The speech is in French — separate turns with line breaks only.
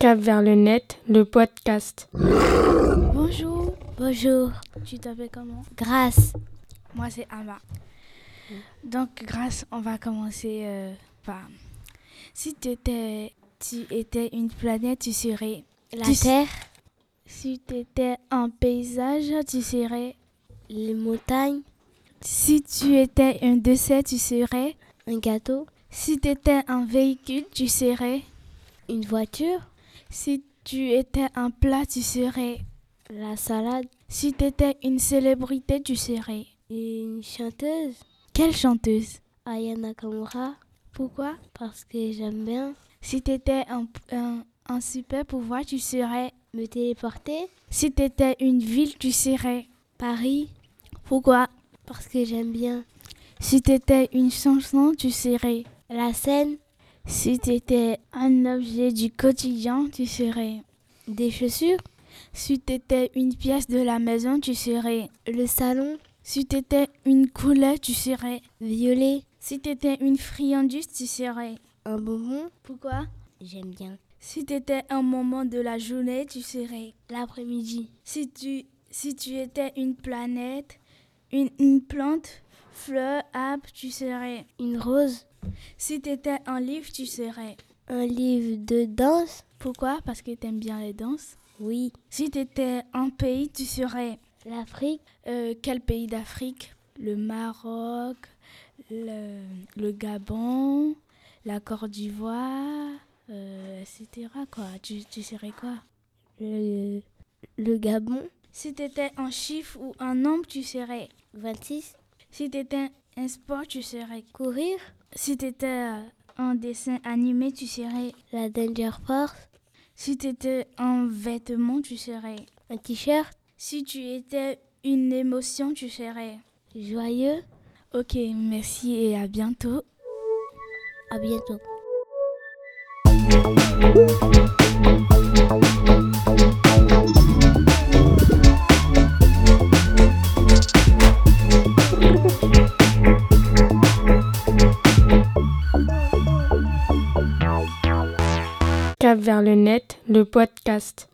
Cap vers le net, le podcast.
Bonjour,
Bonjour,
tu t'appelles comment
grâce.
Moi c'est Ama. Donc grâce, on va commencer euh, par... Si t'étais- tu étais une planète, tu serais...
La
Tu-
terre,
Si tu étais un paysage, tu serais...
les montagnes,
Si tu étais un décès, tu serais...
un gâteau,
Si tu étais un véhicule, tu serais...
une voiture,
Si tu étais un plat, tu serais...
la salade,
Si tu étais une célébrité, tu serais...
une chanteuse,
Quelle chanteuse
Ayana Nakamura,
Pourquoi
parce que j'aime bien
Si tu étais un, un- un super pouvoir, tu serais...
me téléporter.
Si tu étais une ville, tu serais...
Paris,
Pourquoi
parce que j'aime bien
Si tu étais une chanson, tu serais...
la scène,
Si tu étais un objet du quotidien, tu serais...
des chaussures,
Si t'étais une pièce de la maison, tu serais.
le salon,
Si t'étais une couleur, tu serais.
violet,
Si t'étais une friandise, tu serais.
un bonbon,
Pourquoi
j'aime bien
Si t'étais un moment de la journée, tu serais.
l'après-midi,
Si tu, si tu étais une planète, une, une plante, fleur, arbre, tu serais.
une rose,
Si t'étais un livre, tu serais.
un livre de danse,
Pourquoi Parce que t'aimes bien les danses.
oui,
Si t'étais un pays, tu serais.
l'Afrique,
Euh, quel pays d'Afrique Le Maroc, le, le Gabon, la Côte d'Ivoire, euh, etc. Quoi. Tu, tu serais quoi
le, le Gabon,
Si t'étais un chiffre ou un nombre, tu serais.
26,
Si t'étais un sport, tu serais.
courir,
Si t'étais euh, un dessin animé, tu serais.
la Danger Force,
Si t'étais un vêtement, tu serais.
un t-shirt,
Si tu étais une émotion, tu serais.
joyeux,
Ok, merci et à bientôt.
à bientôt.
Cap vers le net, le podcast.